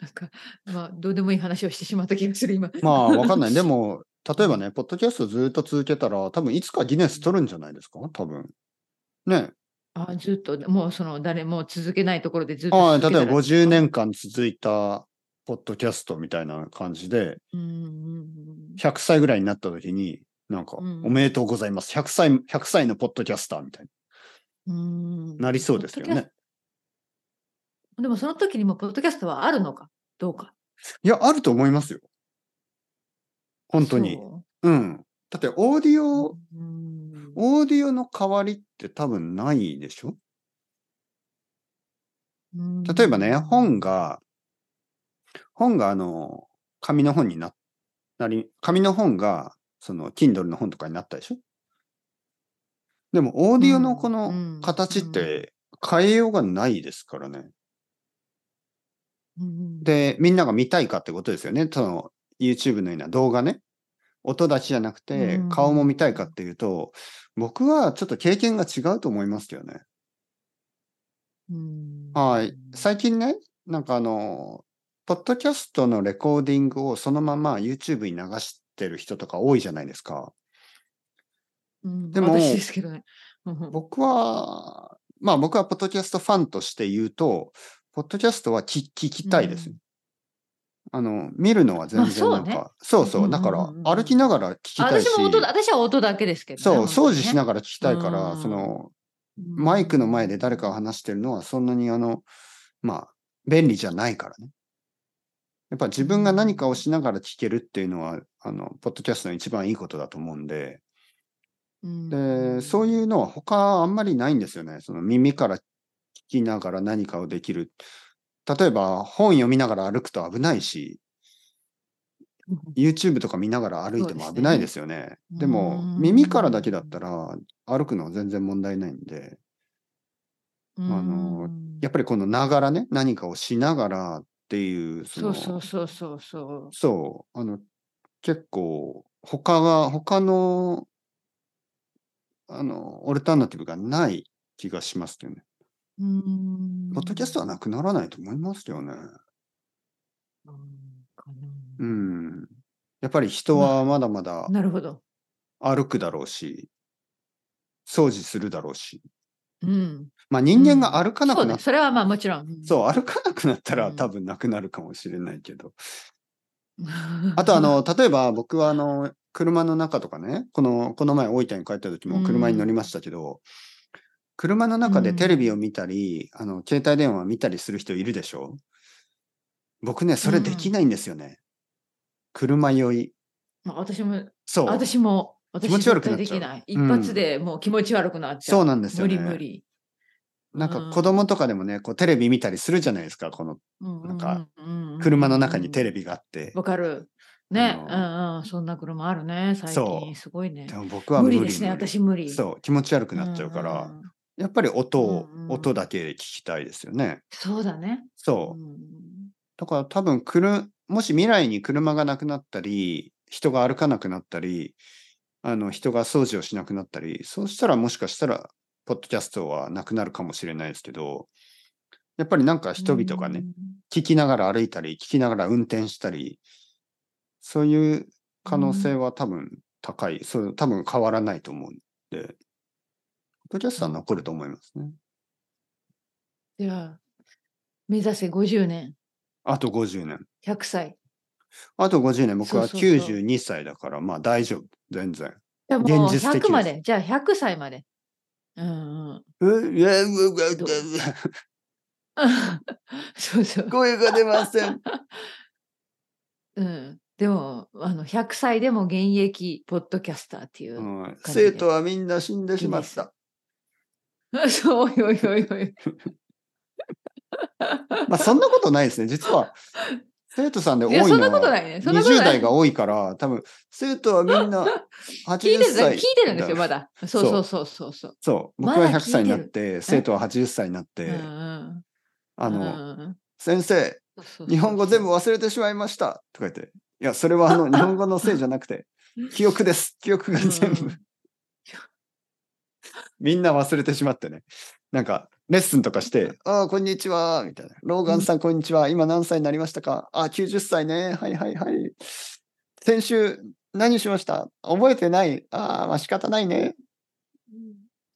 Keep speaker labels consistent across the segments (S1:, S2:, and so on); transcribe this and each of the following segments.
S1: なんか、まあ、どうでもいい話をしてしまった気がする、今。
S2: まあ、わか んない。でも、例えばね、ポッドキャストずっと続けたら、多分いつかギネス取るんじゃないですか多分。ね。
S1: あずっと、もうその、誰も続けないところでずっと
S2: ああ、
S1: 続け
S2: 例
S1: たら。
S2: えば50年間続いたポッドキャストみたいな感じで、
S1: うんうん
S2: 100歳ぐらいになった時に、なんか、
S1: うん
S2: おめでとうございます。100歳、100歳のポッドキャスターみたい
S1: うん、うん
S2: になりそうですけど。
S1: ポッドキ
S2: ね
S1: ャ。ストでも、その時にも、ポッドキャストはあるのか、どうか。
S2: いや、あると思いますよ。本当に。
S1: そう
S2: うん。だって、オーディオ、
S1: うん
S2: オーディオの代わりって多分ないでしょ
S1: うん
S2: 例えばね、本が、本があの、紙の本にな、なり、紙の本が、その、Kindle の本とかになったでしょでも、オーディオのこ
S1: う
S2: の
S1: ん
S2: 形っ
S1: う
S2: て変えようがないですからね。
S1: うんうん
S2: で、みんなが見たいかってことですよね。その、YouTube のような動画ね。音だけじゃなくて
S1: う、ん
S2: 顔も見たいかっていうと、僕はちょっと経験が違うと思いますけどね。
S1: うん
S2: はい。最近ね、なんかあの、ポッドキャストのレコーディングをそのまま YouTube に流してる人とか多いじゃないですか。
S1: うん
S2: でも
S1: 私ですけどね。うんうん
S2: 僕は、まあ僕はポッドキャストファンとして言うと、ポッドキャストは聞聞きたいですね。あの、見るのは全然
S1: ま
S2: な
S1: あ
S2: ん
S1: そう
S2: か、
S1: ね
S2: そうそう、だか
S1: うんうん
S2: ら
S1: うんうん
S2: 歩きながら聞き
S1: あ
S2: たいし、
S1: 私も音だ、私は音だけですけど
S2: そう、
S1: ね、
S2: 掃除しな
S1: が
S2: がら聞きたいから、
S1: うん
S2: その、
S1: ら
S2: マイクの前で誰かが話してるのはそんなにあの、まあ、便利じゃないからね。やっぱ自分が何かをしながら聞けるっていうのは、あの、ポッドキャストの一番いいことだと思うんで、で、そう
S1: う
S2: いうのは他あんまりないんですよね。その耳から聞きながら何かをできる。例えば本読みながら歩くと危ないし、
S1: ん、
S2: YouTube とか見ながら歩いても危ないですよね。
S1: そうですね
S2: で
S1: う
S2: も、
S1: ん
S2: 耳からだけだったら歩くのは全然問題ないんで、あ
S1: う
S2: の
S1: ん
S2: やっぱりこのながらね、何かをしながらっていう、そ
S1: そ
S2: の
S1: うそうそうそうそう。
S2: そうあの、結構、他が、他の、あの、オルタナティブがない気がしますけどね。
S1: ポ
S2: ポッドキャストはなくならないと思いますよね。う
S1: な。
S2: ん。やっぱり人はまだまだ
S1: なるほど。
S2: 歩くだろうし、掃除するだろうし。
S1: うん。
S2: まあ人間が歩かな
S1: そ
S2: く
S1: う
S2: なっ
S1: ね。それはまあもちろん。
S2: そう、歩かなくなったら
S1: うん
S2: 多分なくなるかもしれないけど。
S1: うん。
S2: あとあの、例えば僕はあの、車の中とかね、この、この前大分に帰った時も車に乗りましたけど、車の中でテレビを見たり、あの、携帯電話見たりする人いるでしょ僕ね、それできないんですよね。車酔い。
S1: まあ、私も、
S2: そう。
S1: 私も、私
S2: 気持ち悪くなっ
S1: 絶
S2: ちゃ
S1: 対でき
S2: う
S1: ない。
S2: うん
S1: 一発でもう気持ち悪くなっちゃう。
S2: そうなんですよね
S1: 無理無理。
S2: なん
S1: う
S2: か
S1: ん
S2: 子供とかでもね、こうテレビ見たりするじゃないですか、このなんか車の中にテ
S1: ビ。
S2: レビがあって。
S1: わかる。ね、う
S2: あの
S1: んうん、そんな車あるね、最
S2: そう
S1: 近。すごいね
S2: で。も僕は無
S1: 無
S2: 理
S1: 理ですね、
S2: 無理
S1: 私無理。
S2: そう、気持ち悪
S1: う
S2: く
S1: んうんうん。
S2: なっちゃうから、やっぱり音を、
S1: うんうん
S2: 音だけで聞きたいですよね。
S1: そうだね。
S2: そう。
S1: うん
S2: だから多分くる、もし未来に車がなくなったり、人が歩かなくなったり、あの人が掃除をしなくなったり、そうしたらもしかしたら、ポッドキャストはなくなるかもしれないですけど、やっぱりなんか人々がね、聞きながら歩いたり、聞きながら運転したり、そういう可能性は多分高い、そう多分変わらないと思うんで、ポッドキャストは残ると思いますね。
S1: うん。じゃあ、目指せ50年、
S2: あと50年。
S1: 100歳。
S2: あと50年、僕は
S1: そうそうそう
S2: 92歳だから、まあ大丈夫、全然。
S1: じゃあもう
S2: 現実的で
S1: 100
S2: す
S1: まで、じゃあ100歳まで。うんうん。
S2: ううわうわうわうわ
S1: どうそうそう。
S2: 声が出ません。
S1: うん、でもあの、100歳でも現役ポッドキャスターって いうう。
S2: ん生徒はみんな死んでしまった。
S1: そう、おいおいおいおい。
S2: まあそんなことないですね。実は生徒さんで多
S1: い
S2: い
S1: や、そんな
S2: の
S1: こと
S2: は
S1: ないね。そんなこと
S2: 20
S1: ない
S2: 代。が多いから、多分生徒はみん な
S1: 聞い
S2: 80
S1: てる、だから聞
S2: 歳。
S1: いてるんですよ、まだ。そう
S2: そ
S1: そううそうそうそう。
S2: そう、僕
S1: ま
S2: は
S1: だ
S2: 100歳になっ
S1: 聞い
S2: て、生徒は80歳になって、
S1: うんうん
S2: あ
S1: う
S2: の、
S1: んうん
S2: 先生、
S1: そうそうそう
S2: 日本語全部忘れてしまいましたとか言って、いや、それはあの日本語のせいじゃな くて、記憶です。記憶が全
S1: う
S2: 部
S1: ん。
S2: みんな忘れてしまってね。なんか、レッスンとかして、ああ、こんにちは、みたいな。ローガンさん、こんにちは。今何歳になりましたかああ、90歳ね。はいはいはい。先週、何しました覚えてない。ああ、まあ仕方ないね。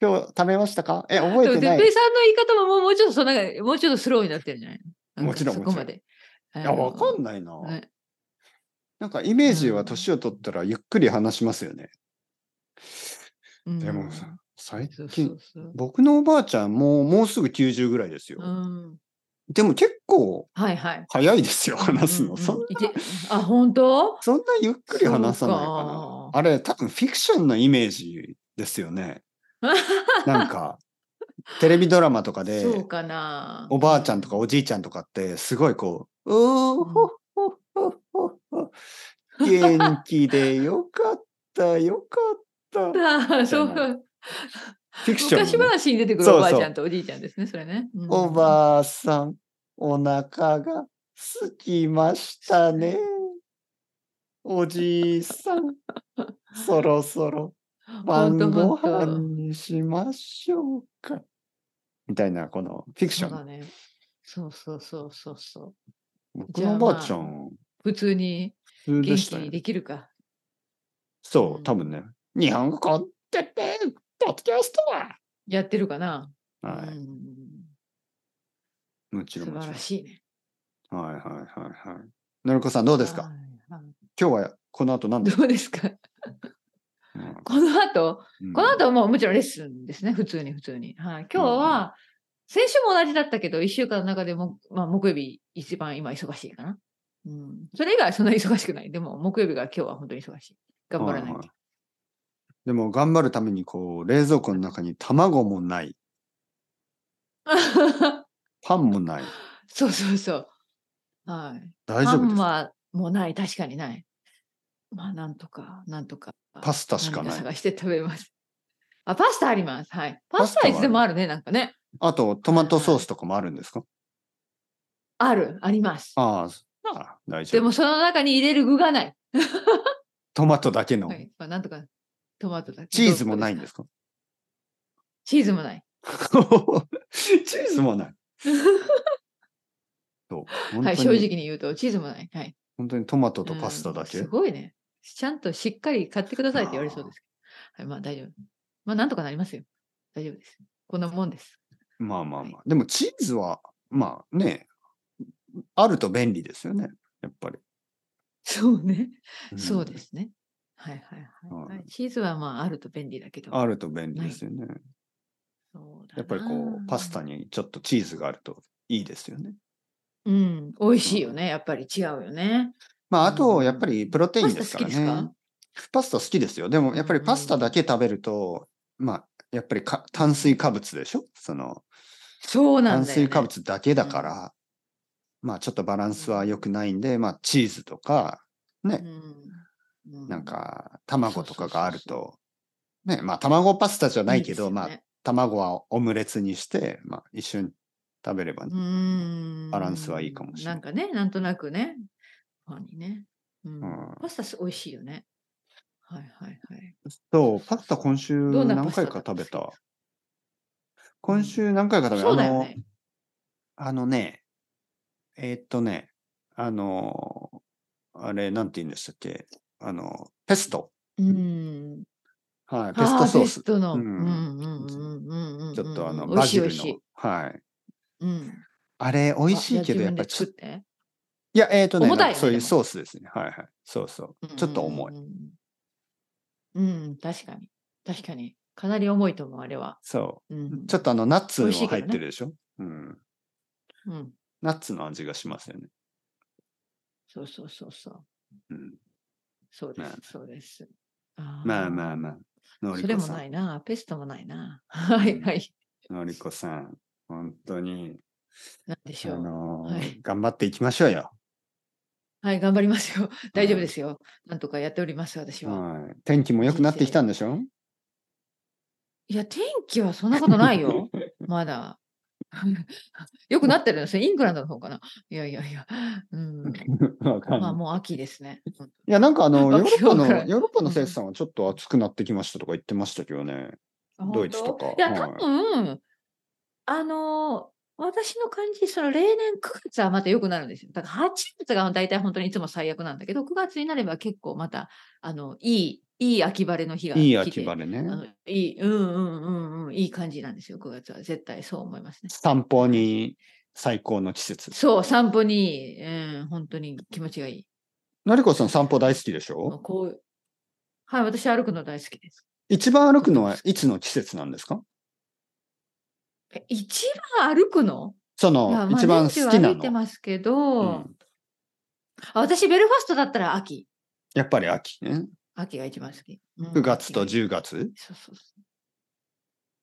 S2: 今日食べましたかえ、覚え
S1: で
S2: てな
S1: も哲平
S2: い。
S1: さんの言い方ももうもうちょっとそのなんかもうちょっとスローになってるんじゃないの
S2: もちろん
S1: なんかそこまで。
S2: いや、わかんないな。なんかイメージは年を取ったらゆっくり話しますよね。でもさ、最
S1: そうそ
S2: 近
S1: う、そう。
S2: 僕のおばあちゃんもうもうすぐ90ぐらいですよ。
S1: うん、
S2: でも結構
S1: はいはい。
S2: 早いですよ、話す
S1: うんう
S2: の。
S1: ん
S2: そん
S1: いてあ、本当
S2: そんなゆっくり話さないか
S1: そ
S2: な
S1: う。か
S2: あれ、多分フィクションのイメージですよ ね。なんか、テレビドラマとかで、
S1: そうかな。
S2: おばあちゃんとか
S1: う
S2: おじいちゃんとかって、すごいこう、うーほっほっほっほっほ。元気でよかった、よか った。
S1: あそう
S2: じゃ
S1: か。
S2: フィクションのね、
S1: 昔話に出てくる
S2: そう
S1: おばあ
S2: そう
S1: ちゃんとおじいちゃんですね、それね。うん
S2: おばあさん、お腹がすきましたね。おじいさ ん、そろそろ晩
S1: 本当
S2: ご
S1: 本当
S2: 飯にしましょうか。みたいな、このフィクシ
S1: そう
S2: ョ
S1: だ
S2: ン。
S1: ね。そうそうそうそうそう。
S2: 僕のおばあちゃん、
S1: 普通に元
S2: 普通でし
S1: 気
S2: た
S1: に
S2: ね。
S1: できるか。
S2: そうう、
S1: ん
S2: 多分ね。日本語コンテッペイポッドキャストは
S1: やってるかな。
S2: は
S1: う
S2: い。
S1: ん
S2: もちろ
S1: 素
S2: ん、も
S1: 晴
S2: ちろ
S1: らしいね。
S2: ん。はいはいはいはい。のりこさん、どうですか
S1: はいはい
S2: 今日はこの後何 ですか
S1: どうですか
S2: うん
S1: この後、
S2: うん
S1: この後ももちろんレッスンですね、普通に普通に。はい、今日は、先週も同じだったけど、1週間の中でも、まあ、木曜日一番今忙しいかな。うん、それ以外はそんな忙しくない。でも、木曜日が今日は本当に忙しい。頑張らないと。
S2: はいはいでも頑張るためにこう冷蔵庫の中に卵もないパンもない
S1: そうそうそう。はい。
S2: 大丈夫です
S1: パンはもうない、確かにない。まあ、なんとか、なんとか。
S2: パスタしか
S1: 何
S2: な
S1: 探
S2: い
S1: して食べます。あ、パスタあります。はい。パス
S2: パス
S1: タ
S2: タは
S1: い
S2: ある
S1: つでもあるね、なんかね。
S2: あとトマトソースとかもあるんですか
S1: ある、あります。
S2: あああ大丈
S1: で
S2: 夫
S1: もその中に入れる具がない。
S2: トマトだけの
S1: はい。まあ、なんとか、トマトだけ
S2: チーズもないん
S1: どうで
S2: で
S1: す
S2: か
S1: すかチーズもない。
S2: チーズも ないそう本当
S1: はい、
S2: に
S1: 正直に言うと、チーズもない。はい。
S2: 本当にトマトとパスタだけ、
S1: うんすごいね。ちゃんとしっかり買ってくださいって言われそうですけど。はい、まあ大丈夫。まあなんとかなりますよ。大丈夫です。こんなもんです。
S2: まあまあまあでもチーズはまあねあると便利ですよねやっぱり、
S1: そうね。
S2: ん
S1: そうですね。はいはいはいはい、
S2: はい
S1: チーズはまああると便利だけど。
S2: あると便利ですよね、
S1: そうだな
S2: やっぱりこうパスタ。にちょっとチーズがあるといいですよね。
S1: うん、美味しいよね。やっぱり違うよね。
S2: まああ
S1: う
S2: と
S1: ん
S2: やっぱりプロテイ
S1: パ
S2: ン
S1: ス
S2: で
S1: タ
S2: す
S1: 好
S2: から
S1: きです
S2: ね
S1: か。
S2: パスタ好きですよ。でもやっぱりパスタだけ食べると、まあやっぱりか炭水化物でしょその
S1: そうなん
S2: 炭
S1: だよ、ね。
S2: 水化物だけだから、まあちょっとバランスは良くないんで、まあチーズとかね、
S1: うん。う
S2: なんか卵とかがある
S1: そう
S2: と、ね、まあ卵パスタじゃないけ
S1: で
S2: ど、
S1: すよ
S2: まあ
S1: ね
S2: 卵はオムレツにして、まあ一緒に食べればね
S1: う。ーん
S2: バランスはいいかもしれない
S1: なんかね、なんとなくね。ファンにね。うん
S2: うん
S1: パスタす美味しいよね。はいはいはい。
S2: そう、パスタ今週
S1: どんなパ
S2: 何
S1: スタ
S2: 回か食べ
S1: だったた。
S2: 今週何回か食べた。
S1: そうだ
S2: あの
S1: よ、ね。
S2: あのね、えーっとね、あの、あれ、なんて言うんでしたっけあの、ペスト。
S1: うん。
S2: はい、ペ
S1: あ
S2: ストソー
S1: ペ
S2: ス。
S1: ストの。
S2: う
S1: うんんうんうんうんうんうん。
S2: ちょっとあの、
S1: 美
S2: バ
S1: 味しい
S2: ジ
S1: 美
S2: ル
S1: 味しい
S2: の。はい。
S1: うん。
S2: あれ、美味しいけど、
S1: あ
S2: やっぱりち
S1: じゃ
S2: ょ
S1: あ
S2: っ
S1: 自
S2: と
S1: 分で作っ、て。
S2: いや、えーっとね、
S1: 重たいよね
S2: なんかそうい
S1: で
S2: う
S1: も
S2: ソースですね。はいはい。そうそう。ちょっと重い。
S1: い。うん、確かに。確かに。かなり重いと思う、あれは。
S2: そうう。
S1: ん、
S2: ちょっとあの、ナッツ
S1: 美
S2: も
S1: 味しいけ
S2: 入
S1: どね
S2: ってるでしょうん。
S1: うん。
S2: ナッツの味がしますよね。
S1: そうそうそうそう。
S2: うん。
S1: そうです、
S2: まあ
S1: そうです。
S2: まあまあま
S1: あ
S2: あ。の
S1: ー。
S2: り
S1: それ
S2: こ
S1: も
S2: さん
S1: ないな。ペストもないな。はいはい。
S2: のりこさん、本当に、
S1: なんでし
S2: あ
S1: ょう。
S2: のー
S1: はい
S2: 頑張っていきましょうよ。
S1: はい、頑張りますよ。大丈夫ですよ。なんとかやっております、私は。
S2: はい、天気も良くなってきたんでしょ
S1: いや、天気はそんなことない よ。まだ。 よくなってるんですよ。イングランドの方かな。いやいやいや。 うん。
S2: わか
S1: ま
S2: んな
S1: あ、
S2: い。
S1: もう秋ですね。本当
S2: いや、なんかあの、ヨーロッパ
S1: わ
S2: の、
S1: からん
S2: ヨーロッパの生徒さんはちょっと暑くなってきましたとか言ってましたけどね。
S1: あ
S2: ドイツとか
S1: 本当いや、
S2: は
S1: 多
S2: い
S1: 分、あのー私の感じ、その例年9月はまた良くなるんですよ。だから8月が大体本当にいつも最悪なんだけど、9月になれば結構また、あの、いい、いい秋晴れの日が来て。
S2: いい秋晴れね。
S1: あのいい、うんうんうんうん、いい感じなんですよ、9月は。絶対そう思いますね。
S2: 散歩に最高の季節。
S1: そう、散歩に、うん、本当に気持ちがいい。
S2: のりこさん散歩大好きでし
S1: も
S2: ょ
S1: うこうはい、私歩くの大好きです。
S2: 一番歩くのはいつの季節なんですか
S1: え一番歩くの
S2: そ
S1: いや
S2: の、
S1: まあ
S2: 一番好
S1: 年中
S2: きな
S1: 歩いて
S2: の。
S1: ますけど、
S2: うん
S1: あ私、ベルファストだったら秋。
S2: やっぱり秋ね。
S1: 秋が一番好き。うん
S2: 9月と
S1: 秋が
S2: 10月。
S1: そうそうそ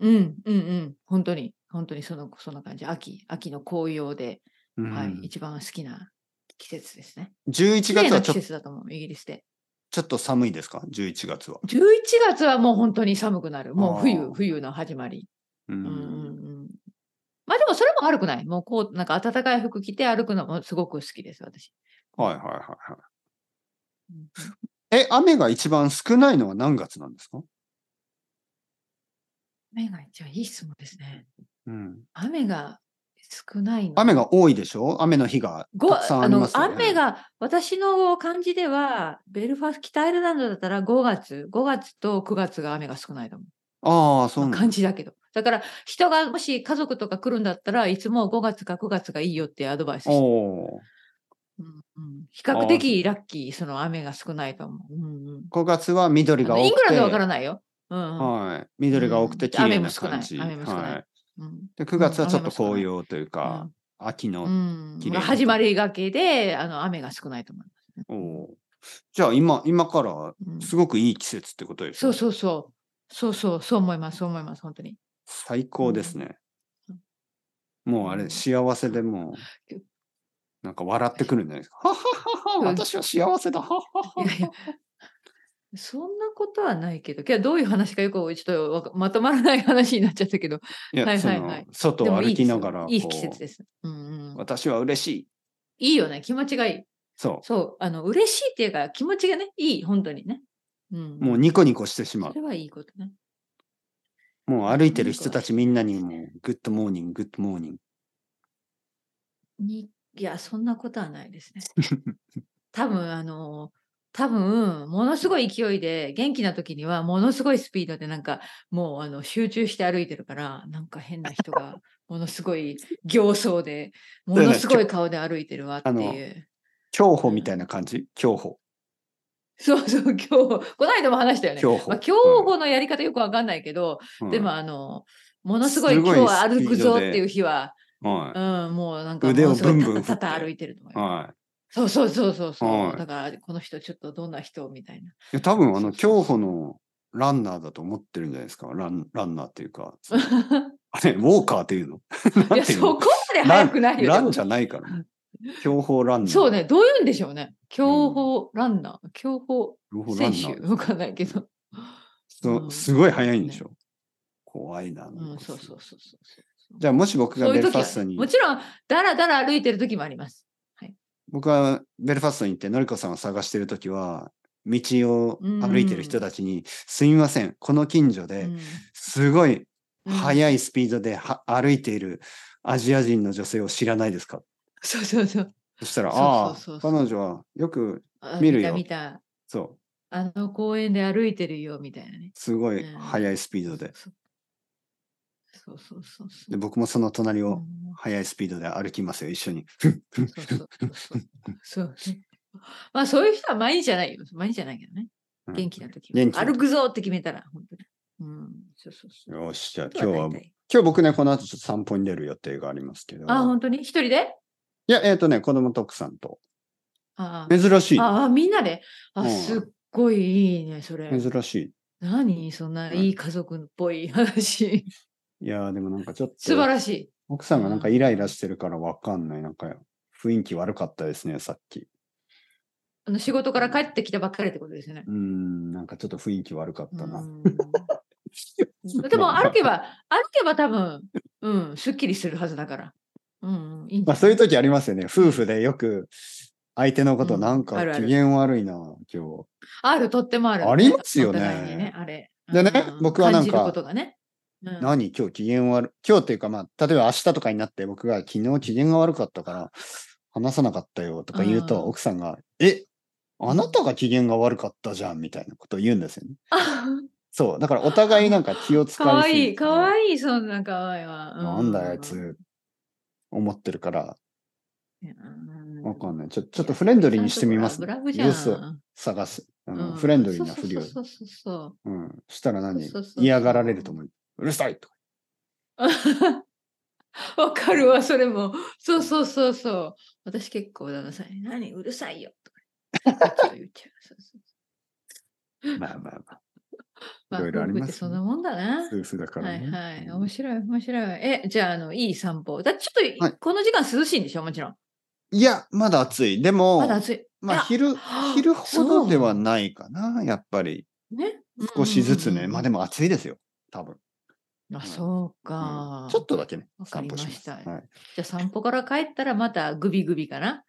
S1: う。うんうんうん。本当に、本当にそのそんな感じ。秋、秋の紅葉で、
S2: うん
S1: はい、一番好きな季節ですね。
S2: 11
S1: 綺
S2: 月
S1: 麗
S2: は
S1: な
S2: ち
S1: 季
S2: ょ
S1: 節だと思う、イギリスで。
S2: ちょっと寒いですか ?11 月は。
S1: 11月はもう本当に寒くなる。もう
S2: あ
S1: 冬
S2: ー、
S1: 冬の始まり。
S2: う
S1: うんうん
S2: ん
S1: うんまあでもそれも悪くない。もうこう、なんか暖かい服着て歩くのもすごく好きです、私。
S2: はいはいはいは
S1: うんうん
S2: い。 え、雨が一番少ないのは何月なんですか
S1: 雨が、じゃあいい質問ですね。
S2: うん、
S1: 雨が少ないの。
S2: 雨が多いでしょ雨の日が
S1: ご
S2: たくさんあ
S1: あ
S2: り
S1: の
S2: ますよね。
S1: 雨が、私の感じでは、ベルファス、北アイルランドだったら5月、5月と9月が雨が少ないと思う。
S2: ああ、そうなんだ
S1: 感じだけど。だから、人がもし家族とか来るんだったらいつも5月か9月がいいよってアドバイスしてる
S2: お
S1: う
S2: ー
S1: んうん比較的ラッキー、その雨が少ないと思う。うんうん
S2: 5月は緑
S1: あ
S2: が
S1: のイ
S2: 多くて。
S1: ングランドはわからないよ。うんうん
S2: はい。緑が多く
S1: う
S2: て
S1: ん
S2: 綺麗
S1: 雨も
S2: な
S1: 少ない
S2: 感じ。
S1: 雨も少ない
S2: はい、
S1: うん
S2: で9月はちょ
S1: うん
S2: っと
S1: 雨も少ない
S2: 紅葉というか、秋の、
S1: うん
S2: 綺麗
S1: ま
S2: な
S1: あ始まりがけであの雨が少ないと思い
S2: おーじゃあ今、今から
S1: ます。
S2: すごくいい季節ってことで
S1: うん、
S2: す
S1: そうそうそう。そうそう、そう思います、そう思います、本当に。
S2: 最高ですね。もうあ
S1: う
S2: れ、
S1: ん
S2: 幸せでもう、なんか笑ってくるんじゃないですか。はははは、
S1: うん
S2: 私は幸せだ。はははい
S1: やいや そんなことはないけど、今日はどういう話かよくちょっとわかまとまらない話になっちゃった けど、
S2: いや、
S1: はい
S2: そ
S1: はい
S2: の
S1: はい
S2: 外
S1: で
S2: を
S1: もい
S2: 歩
S1: い
S2: き
S1: です
S2: な
S1: よ
S2: がらこう
S1: いい季節です、うんうん。
S2: 私は嬉しい。
S1: いいよね、気持ちがいい。
S2: そ
S1: そう、あの嬉しいっていうか、気持ちがね、いい、本当にね。うん、
S2: う。もうニコニコしてしま
S1: そうれ。はいいことね。
S2: もう歩いてる人たちみんなにもう、グッドモーニング、グッドモーニング。
S1: にいや、そんなことはないですね。多分あの多分ものすごい勢いで元気な時にはものすごいスピードでなんかもうあの集中して歩いてるからなんか変な人がものすごい形相でものすごい顔で歩いてるわって
S2: あの
S1: いう。
S2: 競歩みたいな感じ競歩。
S1: そうそう今日この間も話したよね。
S2: 競歩
S1: まあ、競歩のやり方よくわかんないけど、
S2: うん
S1: でもあのものすごい
S2: す
S1: 今
S2: ごい
S1: 日は歩くぞっ
S2: スピードで
S1: ていう日は、
S2: は
S1: うん、もうなんかも
S2: 腕を
S1: のすごい
S2: ブンブン
S1: たた
S2: 振って
S1: 歩いてると思い
S2: い。
S1: ます。
S2: はい。
S1: そうそうそうそうそう。
S2: はい
S1: だからこの人ちょっとどんな人みた いな。
S2: いや多分あ
S1: そ
S2: の
S1: うそうそう
S2: 競歩のランナーだと思ってるんじゃないですか。ランランナーっていうか、あれ、ウォーカーっていうの
S1: い
S2: な
S1: や、
S2: んていう
S1: そ
S2: の
S1: こまで早くないよ。
S2: ランランじゃないから。競歩ランナー。
S1: そうね、。どういうんでしょうね。競歩ランナー、競歩
S2: 競歩ラ
S1: 選
S2: ンナ
S1: 手、
S2: ー
S1: わかんないけど。う
S2: そ。
S1: ん
S2: すごい速いんでしょ。怖いな。
S1: うん、そうそうそうそうそう。
S2: じゃあ、もし僕が
S1: そうい
S2: ベ
S1: う
S2: ル
S1: 時
S2: ファ
S1: は
S2: スト
S1: ね、
S2: に
S1: も、ちろん、だらだら歩いてる時もあります。
S2: 僕はベルファストに行って、のりこさんを探してるときは、道を歩いてる人たちに、すみません、この近所で
S1: うん
S2: すごい
S1: うん
S2: 速いスピードでは歩いているアジア人の女性を知らないですか
S1: そうそうそう。
S2: そしたら、
S1: そうそう
S2: ああ
S1: そう、そう
S2: 彼女はよく、
S1: あ
S2: 見るよ
S1: 見た見た。
S2: そう、
S1: あの公園で歩いてるよ、みたいなね。
S2: すごい
S1: うん
S2: 速いスピードで。
S1: そうそうそうそうそう。
S2: で僕もその隣
S1: う
S2: を
S1: ん
S2: 速いスピードで歩きますよ、一緒に。ふんふ
S1: そ
S2: ん
S1: うそうそうそうそう。まあそういう人は毎日じゃないよ。毎日じゃないけどね。
S2: うん
S1: 元気な時
S2: 元気
S1: は。
S2: な時
S1: 歩くぞって決めたら、本当に。うん。そうそうそう。
S2: よし、じゃあ
S1: あと
S2: 今日は、
S1: 大
S2: 今
S1: 体
S2: 日僕ね、この後ちょっと散歩に出る予定がありますけど。
S1: あ、本当に一人で
S2: いや、えっ、とね、子供と奥さんと。
S1: ああ
S2: 珍しい。
S1: ああ、みんなで。
S2: う
S1: あ、
S2: ん
S1: すっごいいいね、それ。
S2: 珍しい。
S1: 何そんないい家族っぽい話。
S2: いやー、でもなんかちょっ
S1: 素晴
S2: と、
S1: らしい。
S2: 奥さんがなんかイライラしてるからわかんない。なんか雰囲気悪かったですね、さっき。
S1: あの仕事から帰ってきたばっかりってことですよね
S2: う。ーん、なんかちょっと雰囲気悪かった な。
S1: うんでも歩けば、歩けば多分、うん、すっきりするはずだから。うん、うん、いいんじゃ
S2: まあ
S1: ない
S2: そういう時ありますよね。夫婦でよく相手のこと
S1: うん
S2: なんか
S1: あるあ
S2: 機
S1: る
S2: 嫌悪いな、今日。
S1: ある、とってもある。
S2: ありますよね
S1: お互いにねあれ。
S2: でね
S1: うん
S2: 僕はなん
S1: 感じ
S2: か
S1: ることがね。うん
S2: 何今日機嫌悪、今日っていうかまあ、例えば明日とかになって僕が昨日機嫌が悪かったから話さなかったよとか言う
S1: うん
S2: と奥さんが、え、あなたが機嫌が悪かったじゃんみたいなことを言うんですよね。
S1: あ
S2: そう。だからお互いなんか気を使
S1: かわ
S2: いす
S1: い
S2: ぎ
S1: い、
S2: て
S1: かわいい、そんなかわいいわ。う
S2: なんだよあい。つ、思ってるから、わかんない。ちょちょっとフレンドリーにしてみます
S1: ブ
S2: ね。
S1: ラブじゃん。
S2: 様子を探す。あの
S1: うん
S2: フレンドリーなふりを。
S1: そうそうそう
S2: うん。したら何
S1: そうそうそう
S2: 嫌がられると思う。うるさいとか。
S1: そう。 わかるわ、それも。そうそうそうそう。私結構旦那さんに、何うるさいよとか言っちゃう。言っちゃうそうそう
S2: まあまあ
S1: ま
S2: ま いろいろありま
S1: 夫婦
S2: すね
S1: ってそんなもんだな。
S2: あ。夫婦だか
S1: は
S2: ら
S1: い
S2: ね。
S1: はい。
S2: うん
S1: 面白い、面白い。え、じゃあ、あの、いい散歩。だちょっと、
S2: はい
S1: この時間涼しいんでしょもちろん。
S2: いや、まだ暑い。でも、
S1: まだ暑い。
S2: ま
S1: い
S2: あ
S1: やは
S2: 昼
S1: あ、
S2: 昼ほどでは
S1: そう
S2: ないかな、やっぱり。
S1: ね。
S2: 少しずつ
S1: うんうん
S2: ね。
S1: うん
S2: まあでも暑いですよ、多分。
S1: あ、そう
S2: うん
S1: か、
S2: ちょっとだけね、
S1: わか
S2: 散
S1: り
S2: 歩
S1: ま
S2: しま
S1: し
S2: す。
S1: た。
S2: はい
S1: じゃあ散歩から帰ったらまたグビグビかな。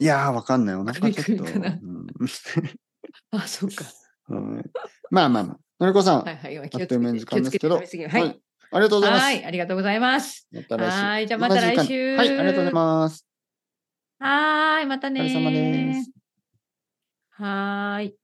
S2: いやー、わかんない。お腹ちょ
S1: び
S2: っと。
S1: っくりかな
S2: うん
S1: あ、そうか。
S2: はいまあまあまあ。のりこさん、
S1: はいはい。今
S2: あっという間に時間ですけど
S1: 気をつけてはい。はい。
S2: ありがとうございます。
S1: はい。ありがとうございます。
S2: また来週。
S1: はいじゃあまた来週
S2: 同じ時間にはい、ありがとうございます。
S1: はーい。また
S2: お
S1: ね
S2: 疲
S1: ー。
S2: れ様です。
S1: はーい。